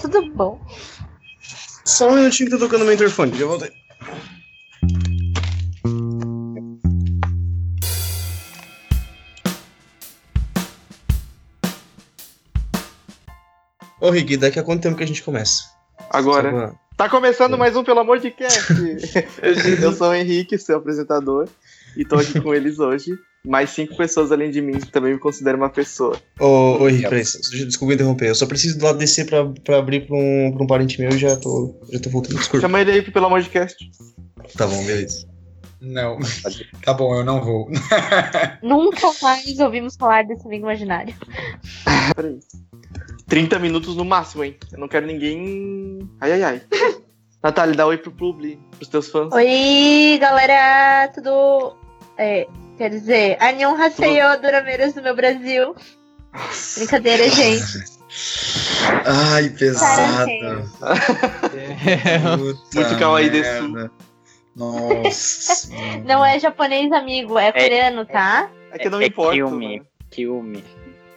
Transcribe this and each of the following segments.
tudo bom. Só um minutinho que tá tocando meu interfone, já voltei. Ô, Rick, daqui a quanto tempo que a gente começa? Agora. Só pra- Tá começando mais um Pelo Amor de Cast. Eu sou o Henrique, seu apresentador, e tô aqui com eles hoje. Mais cinco pessoas além de mim que também me consideram uma pessoa. Ô, ô Rick, peraí, des- desculpa interromper. Eu só preciso do lado descer pra, pra abrir pra um, pra um parente meu e já tô, já tô voltando. Desculpa. Chama ele aí pro Pelo Amor de Cast. Tá bom, beleza. Não. Tá bom, eu não vou. Nunca mais ouvimos falar desse amigo imaginário. Peraí. 30 minutos no máximo, hein? Eu não quero ninguém. Ai, ai, ai. Natália, dá oi pro publi, pros teus fãs. Oi, galera, tudo. É, quer dizer, Anion Haseyo, Durameiras do meu Brasil. Brincadeira, gente. Ai, pesada. Parabéns. Muito kawaii desse Nossa. Não é japonês, amigo, é coreano, tá? É que eu não É me importo. Kilme. né? Kilme.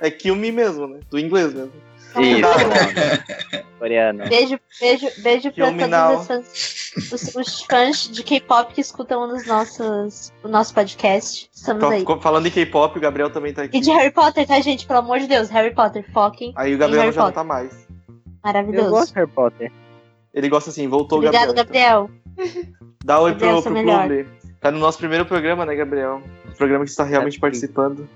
É Kilme mesmo, né? Do inglês mesmo. Isso, Não. mano. Coreano. Então, tá Beijo, beijo, beijo pra Filme todos os fãs, os, os fãs de K-pop que escutam os nossos, o nosso podcast. Estamos Então, aí. ficou falando em K-pop, o Gabriel também tá aqui. E de Harry Potter, tá, gente? Pelo amor de Deus, Harry Potter, foquem. Aí o Em Gabriel Harry já não Potter. tá mais. Eu Maravilhoso. gosto de Harry Potter. Ele gosta assim, voltou o Gabriel. Obrigado, então. Gabriel. Dá oi Gabriel, pro, sou pro melhor. clube. Tá no nosso primeiro programa, né, Gabriel? O programa que você tá realmente É, Sim. participando.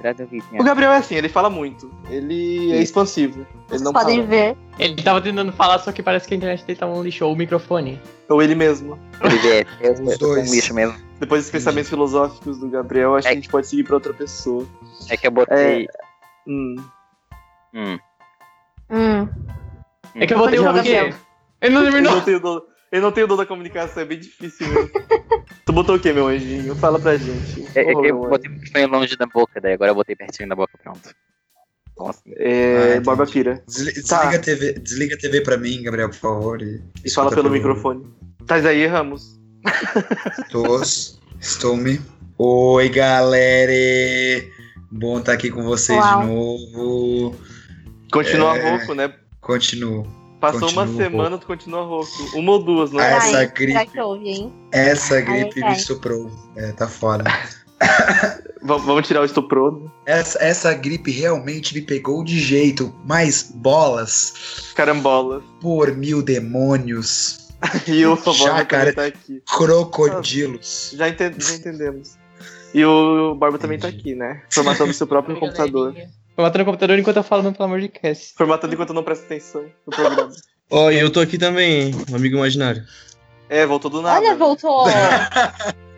Graças a Deus, O Gabriel é assim, ele fala muito. Ele é expansivo. Ele Vocês não podem fala. ver. Ele tava tentando falar, só que parece que a internet dele tava um lixo, ou o microfone. Ou ele mesmo. Ele é eu Os sou dois. um bicho mesmo. Depois dos pensamentos filosóficos do Gabriel, acho É. que a gente pode seguir pra outra pessoa. É que eu botei. Hum. Hum. Hum. É que eu Pode botei o jogar, quê? Gabriel. Ele não Eu não terminou. tenho dom, eu não tenho dom da comunicação, é bem difícil mesmo. tu botou o que, meu anjinho? Fala pra gente. É, é Ô, que eu meu botei muito bem longe da boca, daí agora eu botei pertinho da boca, pronto. Nossa. anjo. É, Ah, Borba Pira. Desli- Desliga, Tá. a TV, desliga a TV pra mim, Gabriel, por favor. E E fala escuta pelo microfone. Tá aí, Ramos. Tos, estou me. Oi, galera! Bom estar aqui com vocês Uau. de novo. Continua É. rouco, né? Continuo. Passou Continua uma rouco. semana, tu continua rouco. Uma ou duas, não Ah, é? essa Ai, gripe. Será que houve, hein? Essa gripe ai. me soprou. É, tá fora. Va- Vamos tirar o estuprodo. Essa, essa gripe realmente me pegou de jeito, mas bolas Carambolas. por mil demônios, E o Vovó Já, já, cara. tá aqui. crocodilos. Já, enten- já entendemos. E o Barba também tá aqui, né? Formatando seu próprio computador. Tô matando o computador enquanto eu falo, não, pelo amor de Deus. Formatando enquanto não presta atenção no programa. Ó, e eu tô aqui também, hein, um amigo imaginário. É, voltou do nada. Olha, voltou.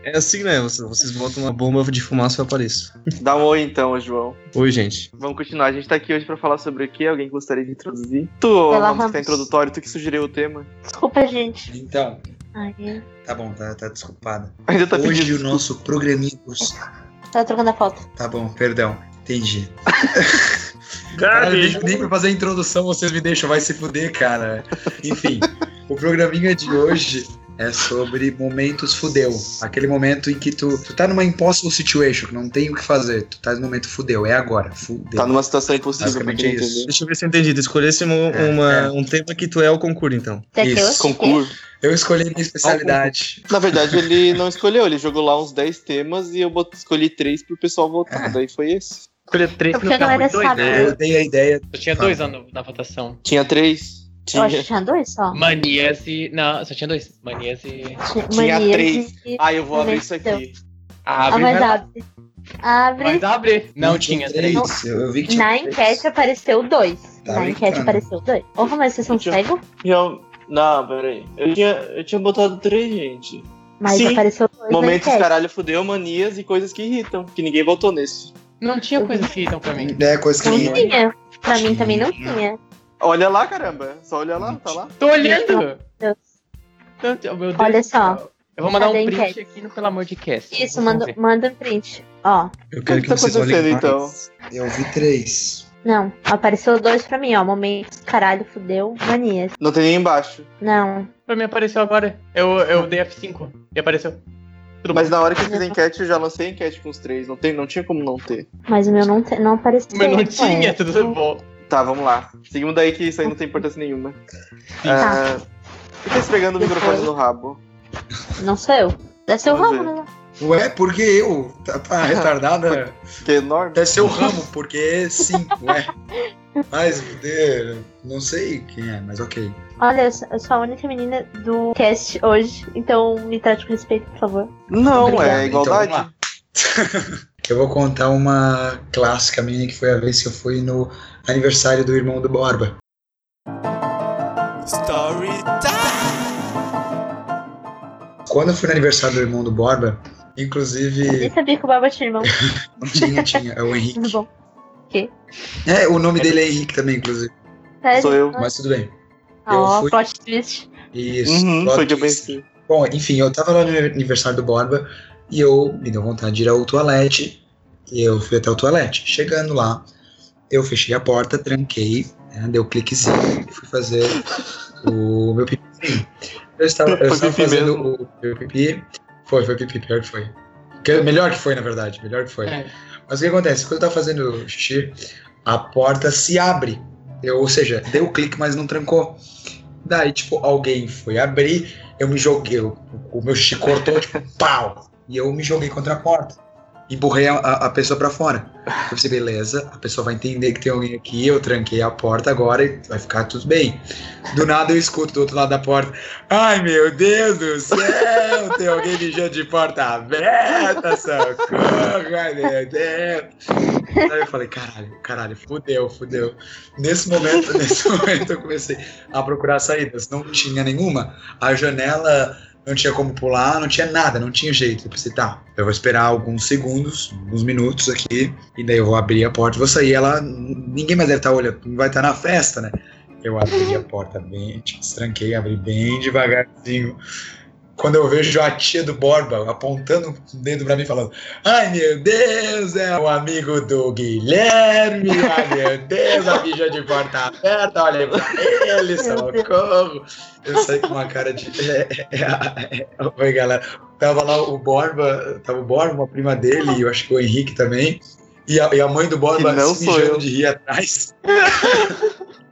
É assim, né? Vocês, vocês botam uma bomba de fumaça e eu apareço. Dá um oi então, João. Oi, gente. Vamos continuar. A gente tá aqui hoje pra falar sobre o quê? Alguém gostaria de introduzir? Tu, ô, Vai lá, Ramos, que tá Ramos. introdutório, tu que sugeriu o tema. Desculpa, gente. Então, Ai, tá bom, tá, tá desculpada. Ainda tá Hoje pedindo. o nosso programinha. dos- tava trocando a foto. Tá bom, perdão. Entendi. Cara, nem, nem pra fazer a introdução vocês me deixam, vai se fuder, cara. Enfim, o programinha de hoje é sobre momentos fudeu. Aquele momento em que tu, tu tá numa impossible situation, não tem o que fazer. Tu tá no momento fudeu, é agora. Fudeu. Tá numa situação impossível pra Basicamente quem é isso. entender. Deixa eu ver se eu entendi. Tu escolhesse uma, É, uma- é. um tema que tu é o concurso, então. Até que eu Isso. Concurso. Eu escolhi minha especialidade. Na verdade, ele não escolheu, ele jogou lá uns 10 temas e eu bot- escolhi 3 pro pessoal Ah. votar. Daí foi esse. Escolha três É porque a galera Tá sabe. né? Eu dei a ideia. Só tinha dois lá no- na votação. Tinha 3? Eu Tinha. acho que tinha dois só. Manias e. Não, só tinha dois. Manias e. Tinha Manias três. e- Ah, eu vou abrir Meu isso aqui. Deus. Ah, Abre. né? mas vai lá. abre. Abre. Mas abre. Não tinha né? três. Eu, eu vi que tinha Na três. enquete apareceu dois. Tá Na enquete brincando. apareceu dois. Porra, mas vocês são Deixa cegos? Tinha- Não, peraí. Eu tinha, eu tinha botado 3, gente. Mas Sim. apareceu dois Momentos, na enquete. caralho, fudeu, manias e coisas que irritam. Que ninguém votou nesse. Não tinha coisa que então pra mim. É, coisa que Não ninguém- tinha. Pra mim também não tinha. Olha lá, caramba. Só olha lá, tá lá. Tô olhando! Deus. Tanto- oh, meu Deus Olha do céu. Eu vou mandar Cadê a um print enquete? aqui no Pelo Amor de Cast. Isso, Vocês manda, vão ver. manda um print. Ó. Eu quero O que que tá vocês olhem acontecendo, mais. então? Eu vi três. Não, apareceu dois pra mim, ó. Momentos, caralho, fudeu, manias. Não tem nem embaixo. Não. Pra mim apareceu agora. Eu, eu dei F5 e apareceu. Tudo Mas bom. na hora que eu fiz a enquete, eu já lancei a enquete com os três. Não, tem, não tinha como não ter. Mas o meu não, te- não apareceu. É. Mas não ué. tinha, tudo bom. Tá, vamos lá. Seguindo daí que isso aí não tem importância nenhuma. Tá. Ah, por que você pegando o Depois. microfone no rabo? Não sou eu. Deve ser o Vamos ramo, né? Ué, por que eu? Tá, tá retardada? Que é enorme. Deve ser o Ramo, porque sim, ué. Mas, de- não sei quem é, mas ok. Olha, eu sou- eu sou a única menina do cast hoje, então me trate com respeito, por favor. Não, Obrigado, é então igualdade. vamos lá. Eu vou contar uma clássica minha que foi a vez que eu fui no aniversário do irmão do Borba. Story Quando eu fui no aniversário do irmão do Borba, inclusive Nem sabia que o Baba tinha irmão. tinha, tinha, é o Tudo Henrique. bom. É, o nome dele é Henrique também, inclusive, Sério? Sou eu. mas tudo bem. Ah, eu ó, fui- plot twist. Isso, Uhum, plot foi o que eu twist. pensei. Bom, enfim, eu tava lá no aniversário do Borba e eu me deu vontade de ir ao toalete. E eu fui até o toalete. Chegando lá, eu fechei a porta, tranquei, né, deu um cliquezinho e fui fazer o meu pipizinho. Eu estava, eu Foi estava pipi fazendo mesmo? o meu pipi. Foi, foi pipi, pior que foi. Que- melhor que foi, na verdade, melhor que foi. É. Mas o que acontece? Quando eu tava fazendo xixi, a porta se abre. Eu, ou seja, deu o clique, mas não trancou. Daí, tipo, alguém foi abrir, eu me joguei. O, o meu xixi cortou, tipo, pau! E eu me joguei contra a porta. Empurrei a, a- a pessoa pra fora. Eu pensei, beleza, a pessoa vai entender que tem alguém aqui, eu tranquei a porta agora e vai ficar tudo bem. Do nada eu escuto do outro lado da porta. Ai meu Deus do céu, tem alguém mijando de porta aberta, socorro, ai meu Deus. Aí eu falei, caralho, caralho, fudeu, fudeu. Nesse momento, nesse momento eu comecei a procurar saídas, não tinha nenhuma. A janela não tinha como pular, não tinha nada, não tinha jeito. Eu pensei, tá, eu vou esperar alguns segundos, alguns minutos aqui, e daí eu vou abrir a porta, vou sair. Ela, ninguém mais deve estar olhando, vai estar na festa, né? Eu abri a porta bem, tipo, tranquei, abri bem devagarzinho. Quando eu vejo a tia do Borba apontando o dedo pra mim falando: Ai meu Deus, é o amigo do Guilherme! Ai meu Deus, a bicha de porta aberta, olha aí pra ele, socorro! Eu saí com uma cara de. É, Oi, galera. Tava lá o Borba, tava o Borba, uma prima dele, e eu acho que o Henrique também. E a, e a mãe do Borba Que não se sou eu. mijando de rir atrás.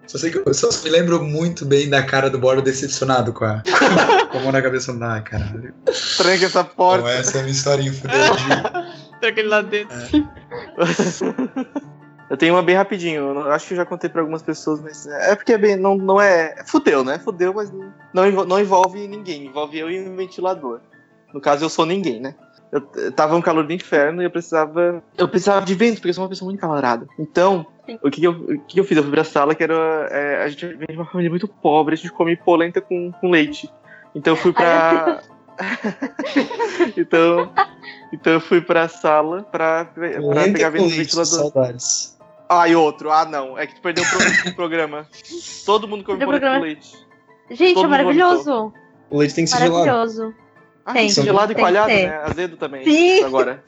Só sei que eu só me lembro muito bem da cara do Borba decepcionado com a, com a mão na cabeça. Ai, caralho. Tranca essa Então, porta. essa é a minha historinha fudida. Será que ele lá dentro? eu tenho uma bem rapidinho. Eu não- acho que eu já contei pra algumas pessoas, mas é porque é bem, não, não é. Fudeu, né? Fudeu, mas não- não, envol- não envolve ninguém. Envolve eu e um ventilador. No caso, eu sou ninguém, né? Eu, eu tava um calor do inferno e eu precisava. Eu precisava de vento, porque eu sou uma pessoa muito calorada. Então, Sim. o que, que eu, o que que eu fiz? Eu fui pra sala que era. é, a gente vem de uma família muito pobre, a gente come polenta com, com leite. Então eu fui pra. então. Então eu fui pra sala pra, É pra pegar vento no ventilador. saudades. Ah, e outro. Ah, não. É que tu perdeu o pro- o programa. Todo mundo come Perdeu o polenta com programa. leite. Gente, Todo é mundo maravilhoso. O leite tem que ser gelado. Maravilhoso. Ah, Tem. gelado e Tem que coalhado, ter. né? Azedo também. Sim. Agora.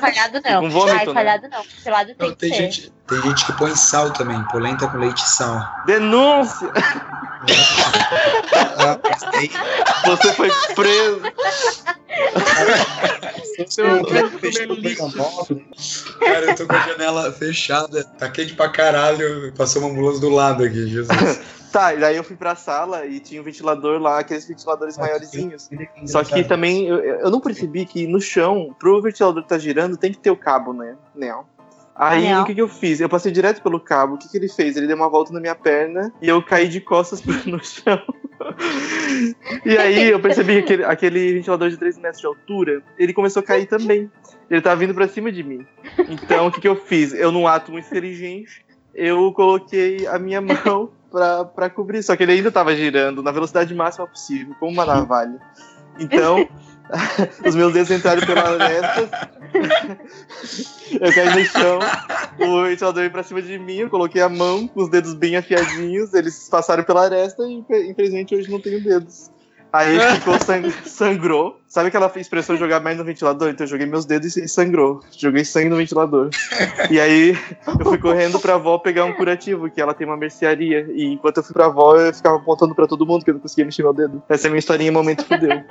Falhado não. Com vômito, Ai, né? falhado não. Falhado tem Não, que tem, ser. gente, tem gente que põe sal também, polenta com leite e sal. Denúncia! Ah, mas tem- Você foi preso. Seu Deus, comendo lixo. Cara, eu tô com a janela fechada. Tá quente pra caralho. Passou uma ambulância do lado aqui, Jesus. Tá, e daí eu fui pra sala e tinha um ventilador lá, aqueles ventiladores Ah, maiorzinhos. Só que também eu, eu não percebi que no chão, pro ventilador tá girando, tem que ter o cabo, né? Não. Aí Não. o que, que eu fiz? Eu passei direto pelo cabo. O que, que ele fez? Ele deu uma volta na minha perna e eu caí de costas pro- no chão. e aí eu percebi que aquele, aquele ventilador de 3 metros de altura, ele começou a cair também. Ele tava vindo pra cima de mim. Então o que, que eu fiz? Eu, num ato muito inteligente, eu coloquei a minha mão pra, pra cobrir. Só que ele ainda tava girando na velocidade máxima possível, como uma navalha. Então, os meus dedos entraram pela arestas. Eu caí no chão, o ventilador veio pra cima de mim, eu coloquei a mão com os dedos bem afiadinhos, eles passaram pela aresta e infe- infelizmente hoje não tenho dedos. Aí ficou sang- sangrou. Sabe aquela expressão de jogar merda no ventilador? Então eu joguei meus dedos e sangrou. Joguei sangue no ventilador. E aí eu fui correndo pra avó pegar um curativo, que ela tem uma mercearia. E enquanto eu fui pra avó, eu ficava apontando pra todo mundo que eu não conseguia mexer meu dedo. Essa é a minha historinha, momento fudeu.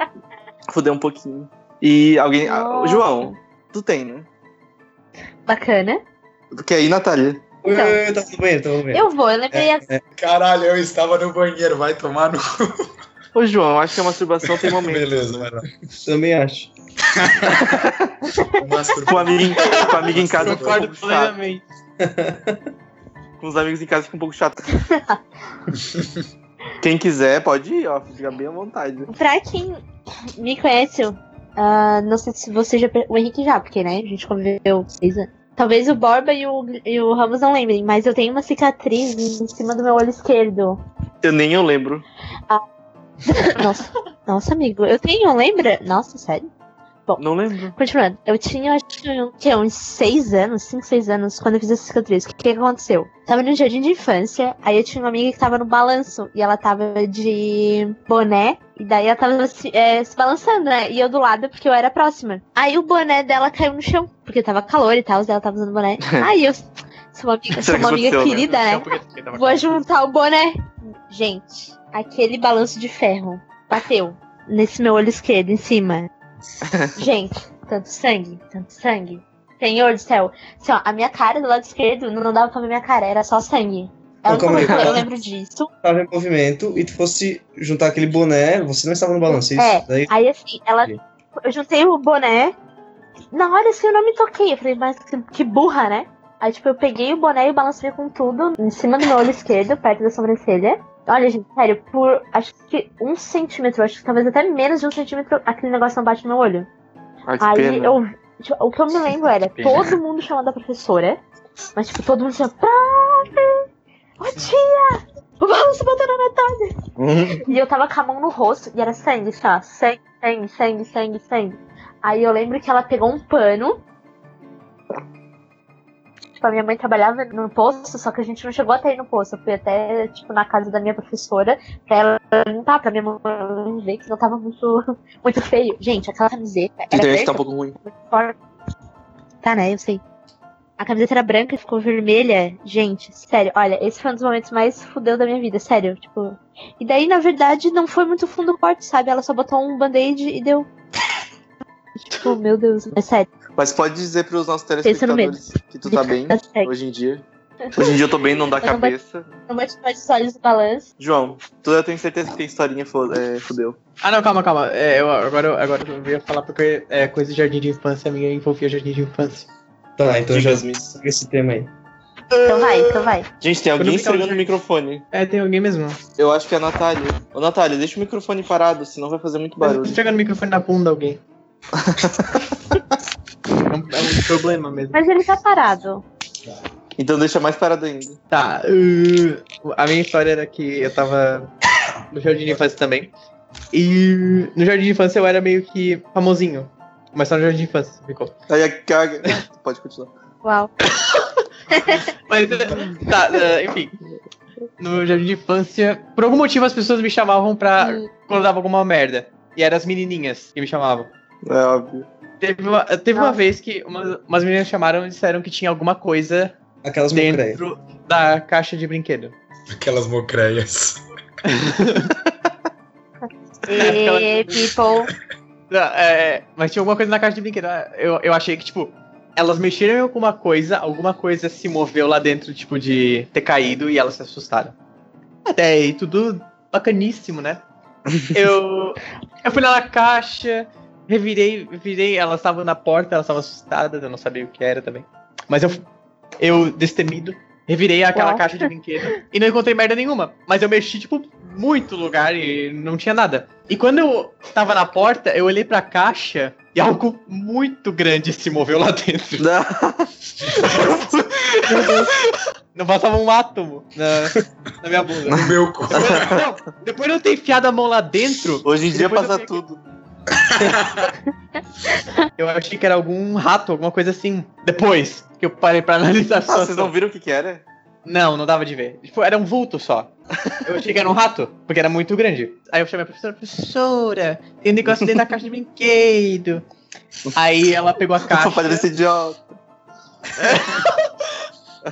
Fudeu um pouquinho. E alguém. ah, Nossa. João, tu tem, né? Bacana. Tu quer ir, Natália? Então, Eu tava no banheiro, tava no banheiro. eu vou, eu lembrei assim. Caralho, eu estava no banheiro, vai tomar no. Ô, João, acho que a masturbação tem momento. Beleza, vai lá. Também acho. O Mastro- Com amigo em, com amigo em casa fica um Concordo pouco chato. plenamente. Com os amigos em casa fica um pouco chato. Quem quiser, pode ir, ó. Fica bem à vontade. Pra quem me conhece, eu, ah, não sei se você já. per- O Henrique já, porque, né? A gente conviveu seis anos. Talvez o Borba e o, e o Ramos não lembrem, mas eu tenho uma cicatriz em cima do meu olho esquerdo. Eu nem eu lembro. Nossa, nossa, amigo. Eu tenho, lembra? Nossa, sério. Não lembro. Continuando, eu tinha acho que, um, que é, uns 6 anos, 5, 6 anos, quando eu fiz essa cicatriz. O que, que aconteceu? Tava no jardim de infância, aí eu tinha uma amiga que tava no balanço, e ela tava de boné, e daí ela tava se, é, se balançando, né? E eu do lado, porque eu era próxima. Aí o boné dela caiu no chão, porque tava calor e tal, e ela tava usando boné. aí eu sou uma amiga, sou Será que uma amiga aconteceu, né? querida, né? Vou juntar o boné. Gente, aquele balanço de ferro bateu nesse meu olho esquerdo em cima. Gente, tanto sangue, tanto sangue. Senhor do céu. Assim, ó, a minha cara do lado esquerdo não dava pra ver minha cara, era só sangue. É a Então, única coisa calma aí, que Eu calma. lembro disso. Tava em movimento e tu fosse juntar aquele boné, você não estava no balanço, isso? É. Daí, Aí assim, ela. Eu juntei o boné. Na hora assim eu não me toquei. Eu falei, mas que, que burra, né? Aí, tipo, eu peguei o boné e balancei com tudo em cima do meu olho esquerdo, perto da sobrancelha. Olha, gente, sério, por acho que um centímetro, acho que talvez até menos de um centímetro, aquele negócio não bate no meu olho. Ah, que Aí pena. eu. tipo, o que eu me lembro era pena. todo mundo chamando a professora. Mas, tipo, todo mundo chamando. Prof! Ô tia! O balanço botou na e eu tava com a mão no rosto e era sangue, assim, ó. Sangue, sangue, sangue, sangue, sangue. Aí eu lembro que ela pegou um pano. Tipo, a minha mãe trabalhava no posto, só que a gente não chegou até ir no posto. Eu fui até, tipo, na casa da minha professora pra ela limpar, pra minha mãe ver que não tava muito, muito feio. Gente, aquela camiseta A era internet verde, tá um pouco ruim. forte. Tá, né? Eu sei. A camiseta era branca e ficou vermelha. Gente, sério, olha, esse foi um dos momentos mais fudeu da minha vida, sério. Tipo. E daí, na verdade, não foi muito fundo o corte, sabe? Ela só botou um band-aid e deu. tipo, meu Deus, mas sério, Mas pode dizer pros nossos Pensa no medo. telespectadores que tu tá bem tá sério. hoje em dia. Hoje em dia eu tô bem, não dá Eu não bati- cabeça. Não vou te mais os olhos do balanço. João, tu eu tenho certeza que tem historinha fo- é, fudeu. Ah, não, calma, calma. É, eu, agora, eu- agora eu ia falar porque é coisa de jardim de infância, a minha envolvia jardim de infância. tá, então já é Dicas segue esse tema aí. Então vai, então vai. Gente, tem Quando alguém eu ficar esfregando o no microfone. É, tem alguém mesmo. Eu acho que é a Natália. Ô, Natália, deixa o microfone parado, senão vai fazer muito barulho. Chega no microfone na bunda alguém. é, um, é um problema mesmo. Mas ele tá parado. Então deixa mais parado ainda. Tá. uh, a minha história era que eu tava no jardim de infância também. E no jardim de infância eu era meio que famosinho. Mas só no jardim de infância ficou. Aí a caga. Pode continuar. Uau. Mas, eh, tá, eh, enfim. No jardim de infância, por algum motivo as pessoas me chamavam pra. quando dava alguma merda. E eram as menininhas que me chamavam. É óbvio. Teve uma, eh, teve uma Nossa. vez que uma- umas meninas chamaram e disseram que tinha alguma coisa Aquelas mocreias. dentro da caixa de brinquedo. Aquelas mocreias. E people. Não, é, mas tinha alguma coisa na caixa de brinquedo. Ah, Eu, eu achei que, tipo, elas mexeram em alguma coisa, alguma coisa se moveu lá dentro, tipo, de ter caído e elas se assustaram. Até aí, tudo bacaníssimo, né? Eu, eu fui lá na caixa, revirei, virei, elas estavam na porta, elas estavam assustadas, eu não sabia o que era também. Mas eu, eu destemido, revirei aquela Uau. caixa de brinquedo e não encontrei merda nenhuma. Mas eu mexi, tipo, muito lugar e não tinha nada. E quando eu tava na porta, eu olhei pra caixa e algo muito grande se moveu lá dentro. Não passava um átomo na, na minha bunda. No meu cu. Depois- não, depois de eu ter enfiado a mão lá dentro, Hoje em dia Depois eu passa tenho que- tudo. eu achei que era algum rato, alguma coisa assim. Depois que eu parei pra analisar a Ah, vocês não situação. viram o que que era? Não, não dava de ver. Tipo, era um vulto só. Eu achei que era um rato, porque era muito grande. Aí eu chamei a professora, professora, tem um negócio dentro da caixa de brinquedo. Aí ela pegou a caixa. Parece idiota.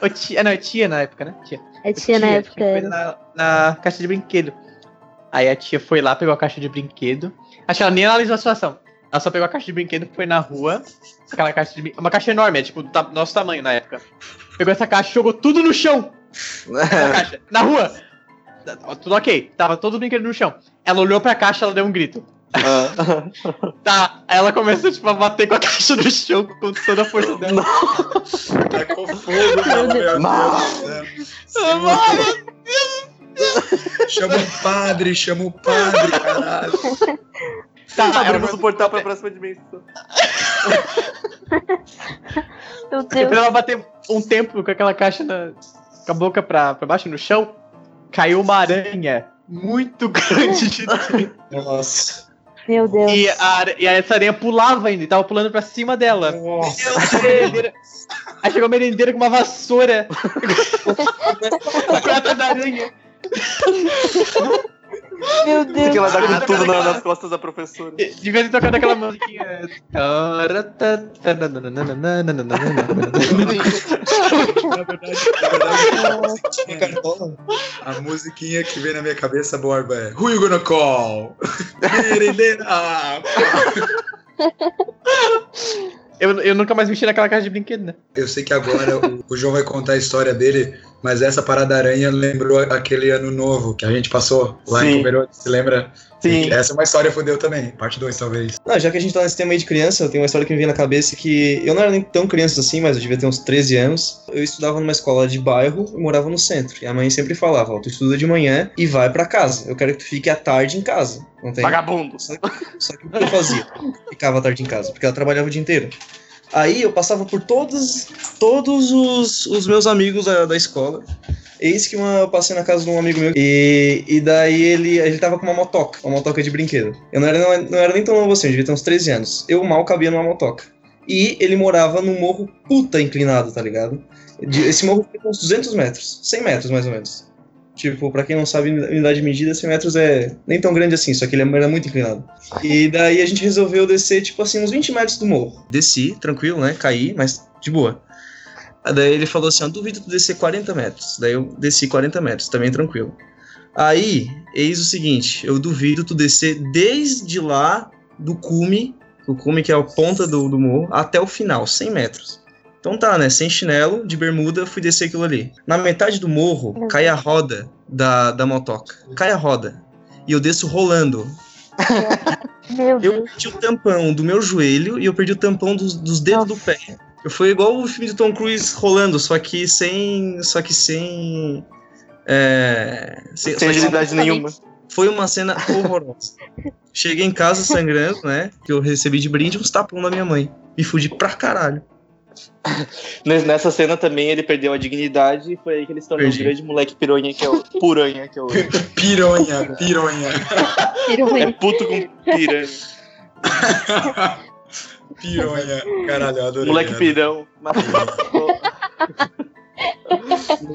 Ô, tia, não, é tia na época, né? Tia. É tia na época. tinha coisa na, na caixa de brinquedo. Aí a tia foi lá, pegou a caixa de brinquedo. Acho que ela nem analisou a situação. Ela Ela só pegou a caixa de brinquedo, foi na rua. Aquela caixa de brinquedo. Uma caixa enorme, é tipo do ta- nosso tamanho na época. Pegou essa caixa, jogou tudo no chão. É. Na caixa, na rua. Tá- tá- Tudo ok. Tava todo o brinquedo no chão. Ela olhou pra caixa, ela deu um grito. Ah. Tá, aí ela começou tipo, a bater com a caixa no chão com toda a força dela. Tacou fogo, mano. Meu Deus. do céu. Chama o padre, chama o padre, caralho. Tá, Tá ela abrindo o portal pra próxima dimensão. Meu Depois Deus. ela bater um tempo com aquela caixa na, com a boca pra, pra baixo no chão, caiu uma aranha muito grande de Nossa. Meu Deus. e, a, ara- e essa aranha pulava ainda, e tava pulando pra cima dela. Nossa. Aí chegou a merendeira- Aí chegou a merendeira com uma vassoura. Prata da aranha. Meu Isso que Deus. ela dá com tudo na- nas costas da professora. E- De vez em tocando aquela musiquinha. Na verdade, na verdade, Uma cartola? a musiquinha que vem na minha cabeça, Borba, é Who you gonna call? Merendeira! Eu, eu nunca mais mexi naquela caixa de brinquedo, né? Eu sei que agora o, o João vai contar a história dele, mas essa parada aranha lembrou aquele ano novo que a gente passou lá em Sim. Pomerode, se lembra? Sim. Essa é uma história fodeu também, parte 2 talvez. Não, já que a gente tá nesse tema aí de criança, tem uma história que me veio na cabeça que eu não era nem tão criança assim, mas eu devia ter uns 13 anos. Eu estudava numa escola de bairro e morava no centro. E a mãe sempre falava: Ó, tu estuda de manhã e vai pra casa. Eu quero que tu fique à tarde em casa. Não tem? Vagabundo. Só que, só que o que eu fazia? Ficava à tarde em casa, porque ela trabalhava o dia inteiro. Aí eu passava por todos, todos os, os meus amigos da, da escola. Eis que uma, eu passei na casa de um amigo meu e, e daí ele, ele tava com uma motoca, uma motoca de brinquedo. Eu não era, não, era- não era nem tão novo assim, eu devia ter uns 13 anos. Eu mal cabia numa motoca. E ele morava num morro puta inclinado, tá ligado? De- Esse morro fica uns 200 metros, 100 metros mais ou menos. Tipo, pra quem não sabe, unidade de medida, 100 metros é nem tão grande assim, só que ele era muito inclinado. E daí a gente resolveu descer, tipo assim, uns 20 metros do morro. Desci, tranquilo, né? Caí, mas de boa. Aí Daí ele falou assim, ó, duvido tu descer 40 metros. Daí eu desci 40 metros, também tranquilo. Aí, eis o seguinte, eu duvido tu descer desde lá do cume, o cume que é a ponta do, do morro, até o final, 100 metros. Então tá, né? Sem chinelo, de bermuda, fui descer aquilo ali. Na metade do morro, cai a roda da, da motoca. Cai a roda. E eu desço rolando. Meu Eu Deus. perdi o tampão do meu joelho e eu perdi o tampão dos, dos dedos do pé. Eu fui igual o filme do Tom Cruise rolando, só que sem. Só que sem. É, sem- só Sem que sem- agilidade nenhuma. foi uma cena horrorosa. Cheguei em casa sangrando, né? Que eu recebi de brinde uns tapão da minha mãe. Me fudi pra caralho. Nes- Nessa cena também ele perdeu a dignidade e foi aí que ele se tornou Perdi. um grande moleque piranha que é o puranha que é o Pironha, pironha. é puto com piranha. pironha. Caralho, eu adorei. Moleque né? pirão. Mas-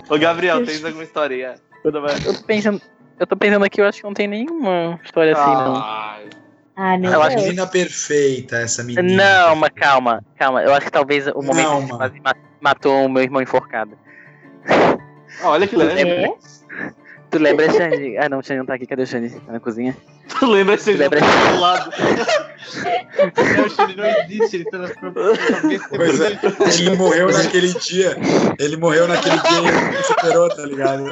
Ô Gabriel, tens alguma história aí? É. Quando vai- Eu tô pensando, eu tô pensando aqui, eu acho que não tem nenhuma história assim, não. Ah, Ah, meu Eu acho Deus. é Menina perfeita, essa menina. Não, mas calma, calma. Eu acho que talvez o momento Não, que mano. quase ma- matou o meu irmão enforcado. Olha que leve. Lembra? Tu lembra, Xande? Ah, não, o Xande não tá aqui. Cadê o Xande? Tá na cozinha. Tu lembra esse jogo Lembra? do lado? Ele não existe, ele tá transformou Pois é. Ele morreu naquele dia. Ele morreu naquele dia e ele superou, tá ligado?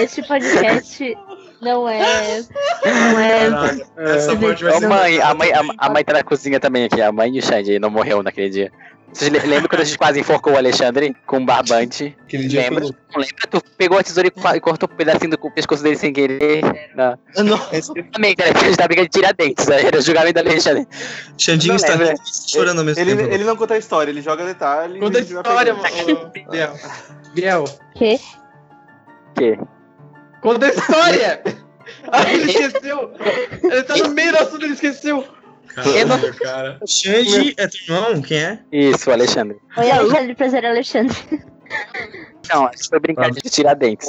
Este É. podcast não é. Não é. Caralho. Essa parte vai Ô, ser. mãe, a mãe, a, a mãe tá na cozinha também aqui. A mãe e o Xande não morreu naquele dia. Vocês le- lembram quando a gente quase enforcou o Alexandre com um barbante? Aquele dia Lembra? foi louco. Não lembra? Tu pegou a tesoura e qua- e cortou um pedacinho do cu- pescoço dele sem querer. Não. Esse- Também, cara, a gente tá brincando de tirar dentes. Era o julgamento do Alexandre. Xandinho Não está lembra. rindo e chorando ao mesmo Ele, tempo. ele não conta a história, ele joga detalhe. Conta a e gente vai história, pegando. mano. Biel. Biel. Que? Que? Conta a história! Ah, ele esqueceu! Ele tá no meio do assunto, ele esqueceu! Caralho, cara. Xande é teu irmão? Quem é? Isso, Alexandre. Oi, Alexandre, prazer, Alexandre. Não, a gente foi brincar de tirar dentes.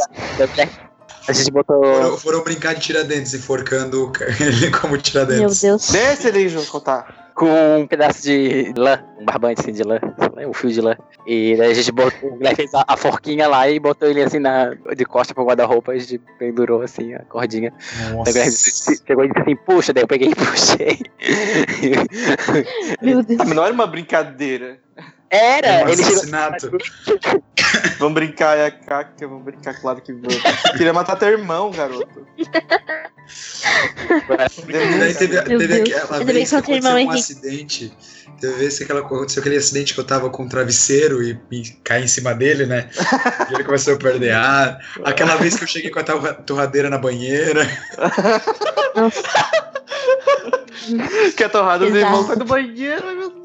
A gente botou. Foram, foram brincar de Tiradentes, enforcando o ca- ele como Tiradentes. Meu Deus. Desce ele, João, contar. com um pedaço de lã, um barbante assim de lã. né, o Field lá. E daí a gente botou, o Guilherme fez a, a forquinha lá e botou ele assim na, de costa pro guarda-roupa, a gente pendurou assim a cordinha. Daí o Guilherme disse- chegou e disse assim, puxa, daí eu peguei e puxei. Meu Deus. Não era uma brincadeira. Era! um ele chegou, assassinato. Vamos brincar, é a caca, vamos brincar, claro que vamos. Queria matar teu irmão, garoto. E daí teve, Meu teve Deus. aquela Ainda bem vez que que eu tenho aconteceu irmão um Henrique. acidente. Teve vez que aquela, aconteceu aquele acidente que eu tava com um travesseiro e, e caí em cima dele, né? E ele começou a perder ar. Aquela vez que eu cheguei com a torra- torradeira na banheira. Nossa, Que a torrada do Exato. irmão sai do banheiro, meu Deus.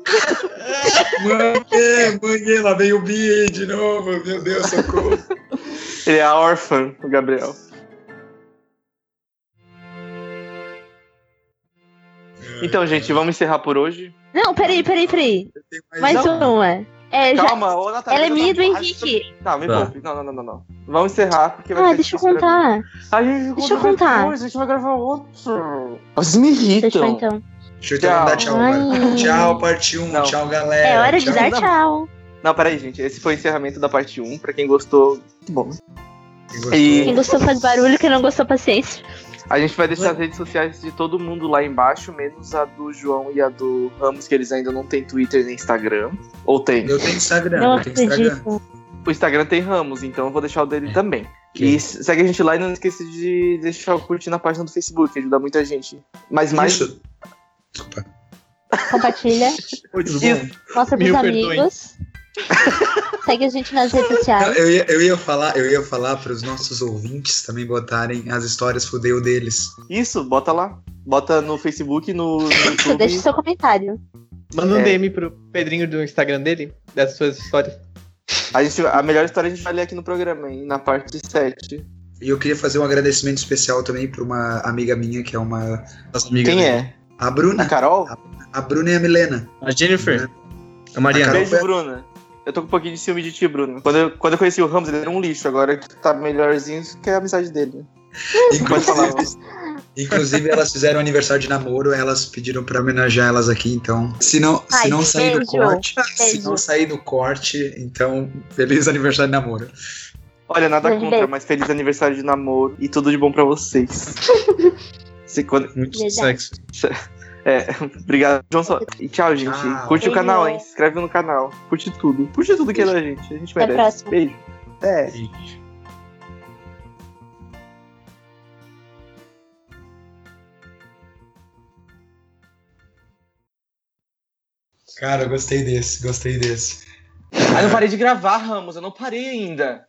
Mãe, mãe, lá veio o Bi de novo. Meu Deus, socorro. Ele é a órfã, o Gabriel. É, Então, gente, vamos encerrar por hoje. Não, peraí, peraí, peraí. Tem Mais uma. É, já... Calma, ô Natália. Ela é eu minha e tava- do Ah, Henrique. Tá, me Tá. poupe. Não, não, não, não, não. Vamos encerrar, porque vai Ah, ser deixa eu difícil pra mim. contar. Ai, gente, Deixa eu contar. Depois, a gente vai gravar outro. Vocês me irritam. Fechou então. Deixa eu então mandar tchau, Ai. vai. Tchau, parte 1. Não. Tchau, galera. É hora de tchau. dar não. tchau. Não, peraí, gente. Esse foi o encerramento da parte 1. Pra quem gostou, muito bom. Quem gostou, E- Quem gostou faz barulho, quem não gostou, paciência. A gente vai deixar as redes sociais de todo mundo lá embaixo, menos a do João e a do Ramos, que eles ainda não têm Twitter nem Instagram. Ou tem? Eu tenho Instagram. Não eu tenho Instagram. acredito. O Instagram tem Ramos, então eu vou deixar o dele também. Ok. E s- segue a gente lá e não esqueça de deixar o curtir na página do Facebook, ajuda muita gente. Mas mais. Isso. Desculpa. Compartilha. Oi, tudo Isso. bom? Mostra pros Mil amigos. Segue a gente nas redes Não, sociais. Eu ia, eu ia falar, eu ia falar para os nossos ouvintes também botarem as histórias fudeu deles. Isso, bota lá. Bota no Facebook, no, no YouTube. Deixe seu comentário. Manda um É. DM pro Pedrinho do Instagram dele, das suas histórias. A, gente, a melhor história a gente vai ler aqui no programa, hein? Na parte 7. E eu queria fazer um agradecimento especial também para uma amiga minha que é uma das amigas. Quem né? é? A A Bruna. Carol? A Bruna e a Milena. A Jennifer. A A Mariana. Carol. Beijo, Bruna. Eu tô com um pouquinho de ciúme de ti, Bruno. Quando eu, quando eu conheci o Ramos, ele era um lixo. Agora que tá melhorzinho, isso que é a amizade dele. Pode falar, Inclusive, Ramos. inclusive, elas fizeram aniversário de namoro, elas pediram para homenagear elas aqui, então. Se não, Ai, se não sair do beijo. corte, se Beijo. não sair do corte, então feliz aniversário de namoro. Olha, nada Beijo. contra, mas feliz aniversário de namoro e tudo de bom pra vocês. Se quando- Muito Verdade. sexo. É, obrigado, João. Só- E tchau, gente. Tchau. Curte Beijo. o canal, hein? Se inscreve no canal. Curte tudo. Curte tudo que é da gente. A gente Até a merece. próxima. Beijo. É. Cara, eu gostei desse, gostei desse. Ah, não parei de gravar, Ramos. Eu não parei ainda.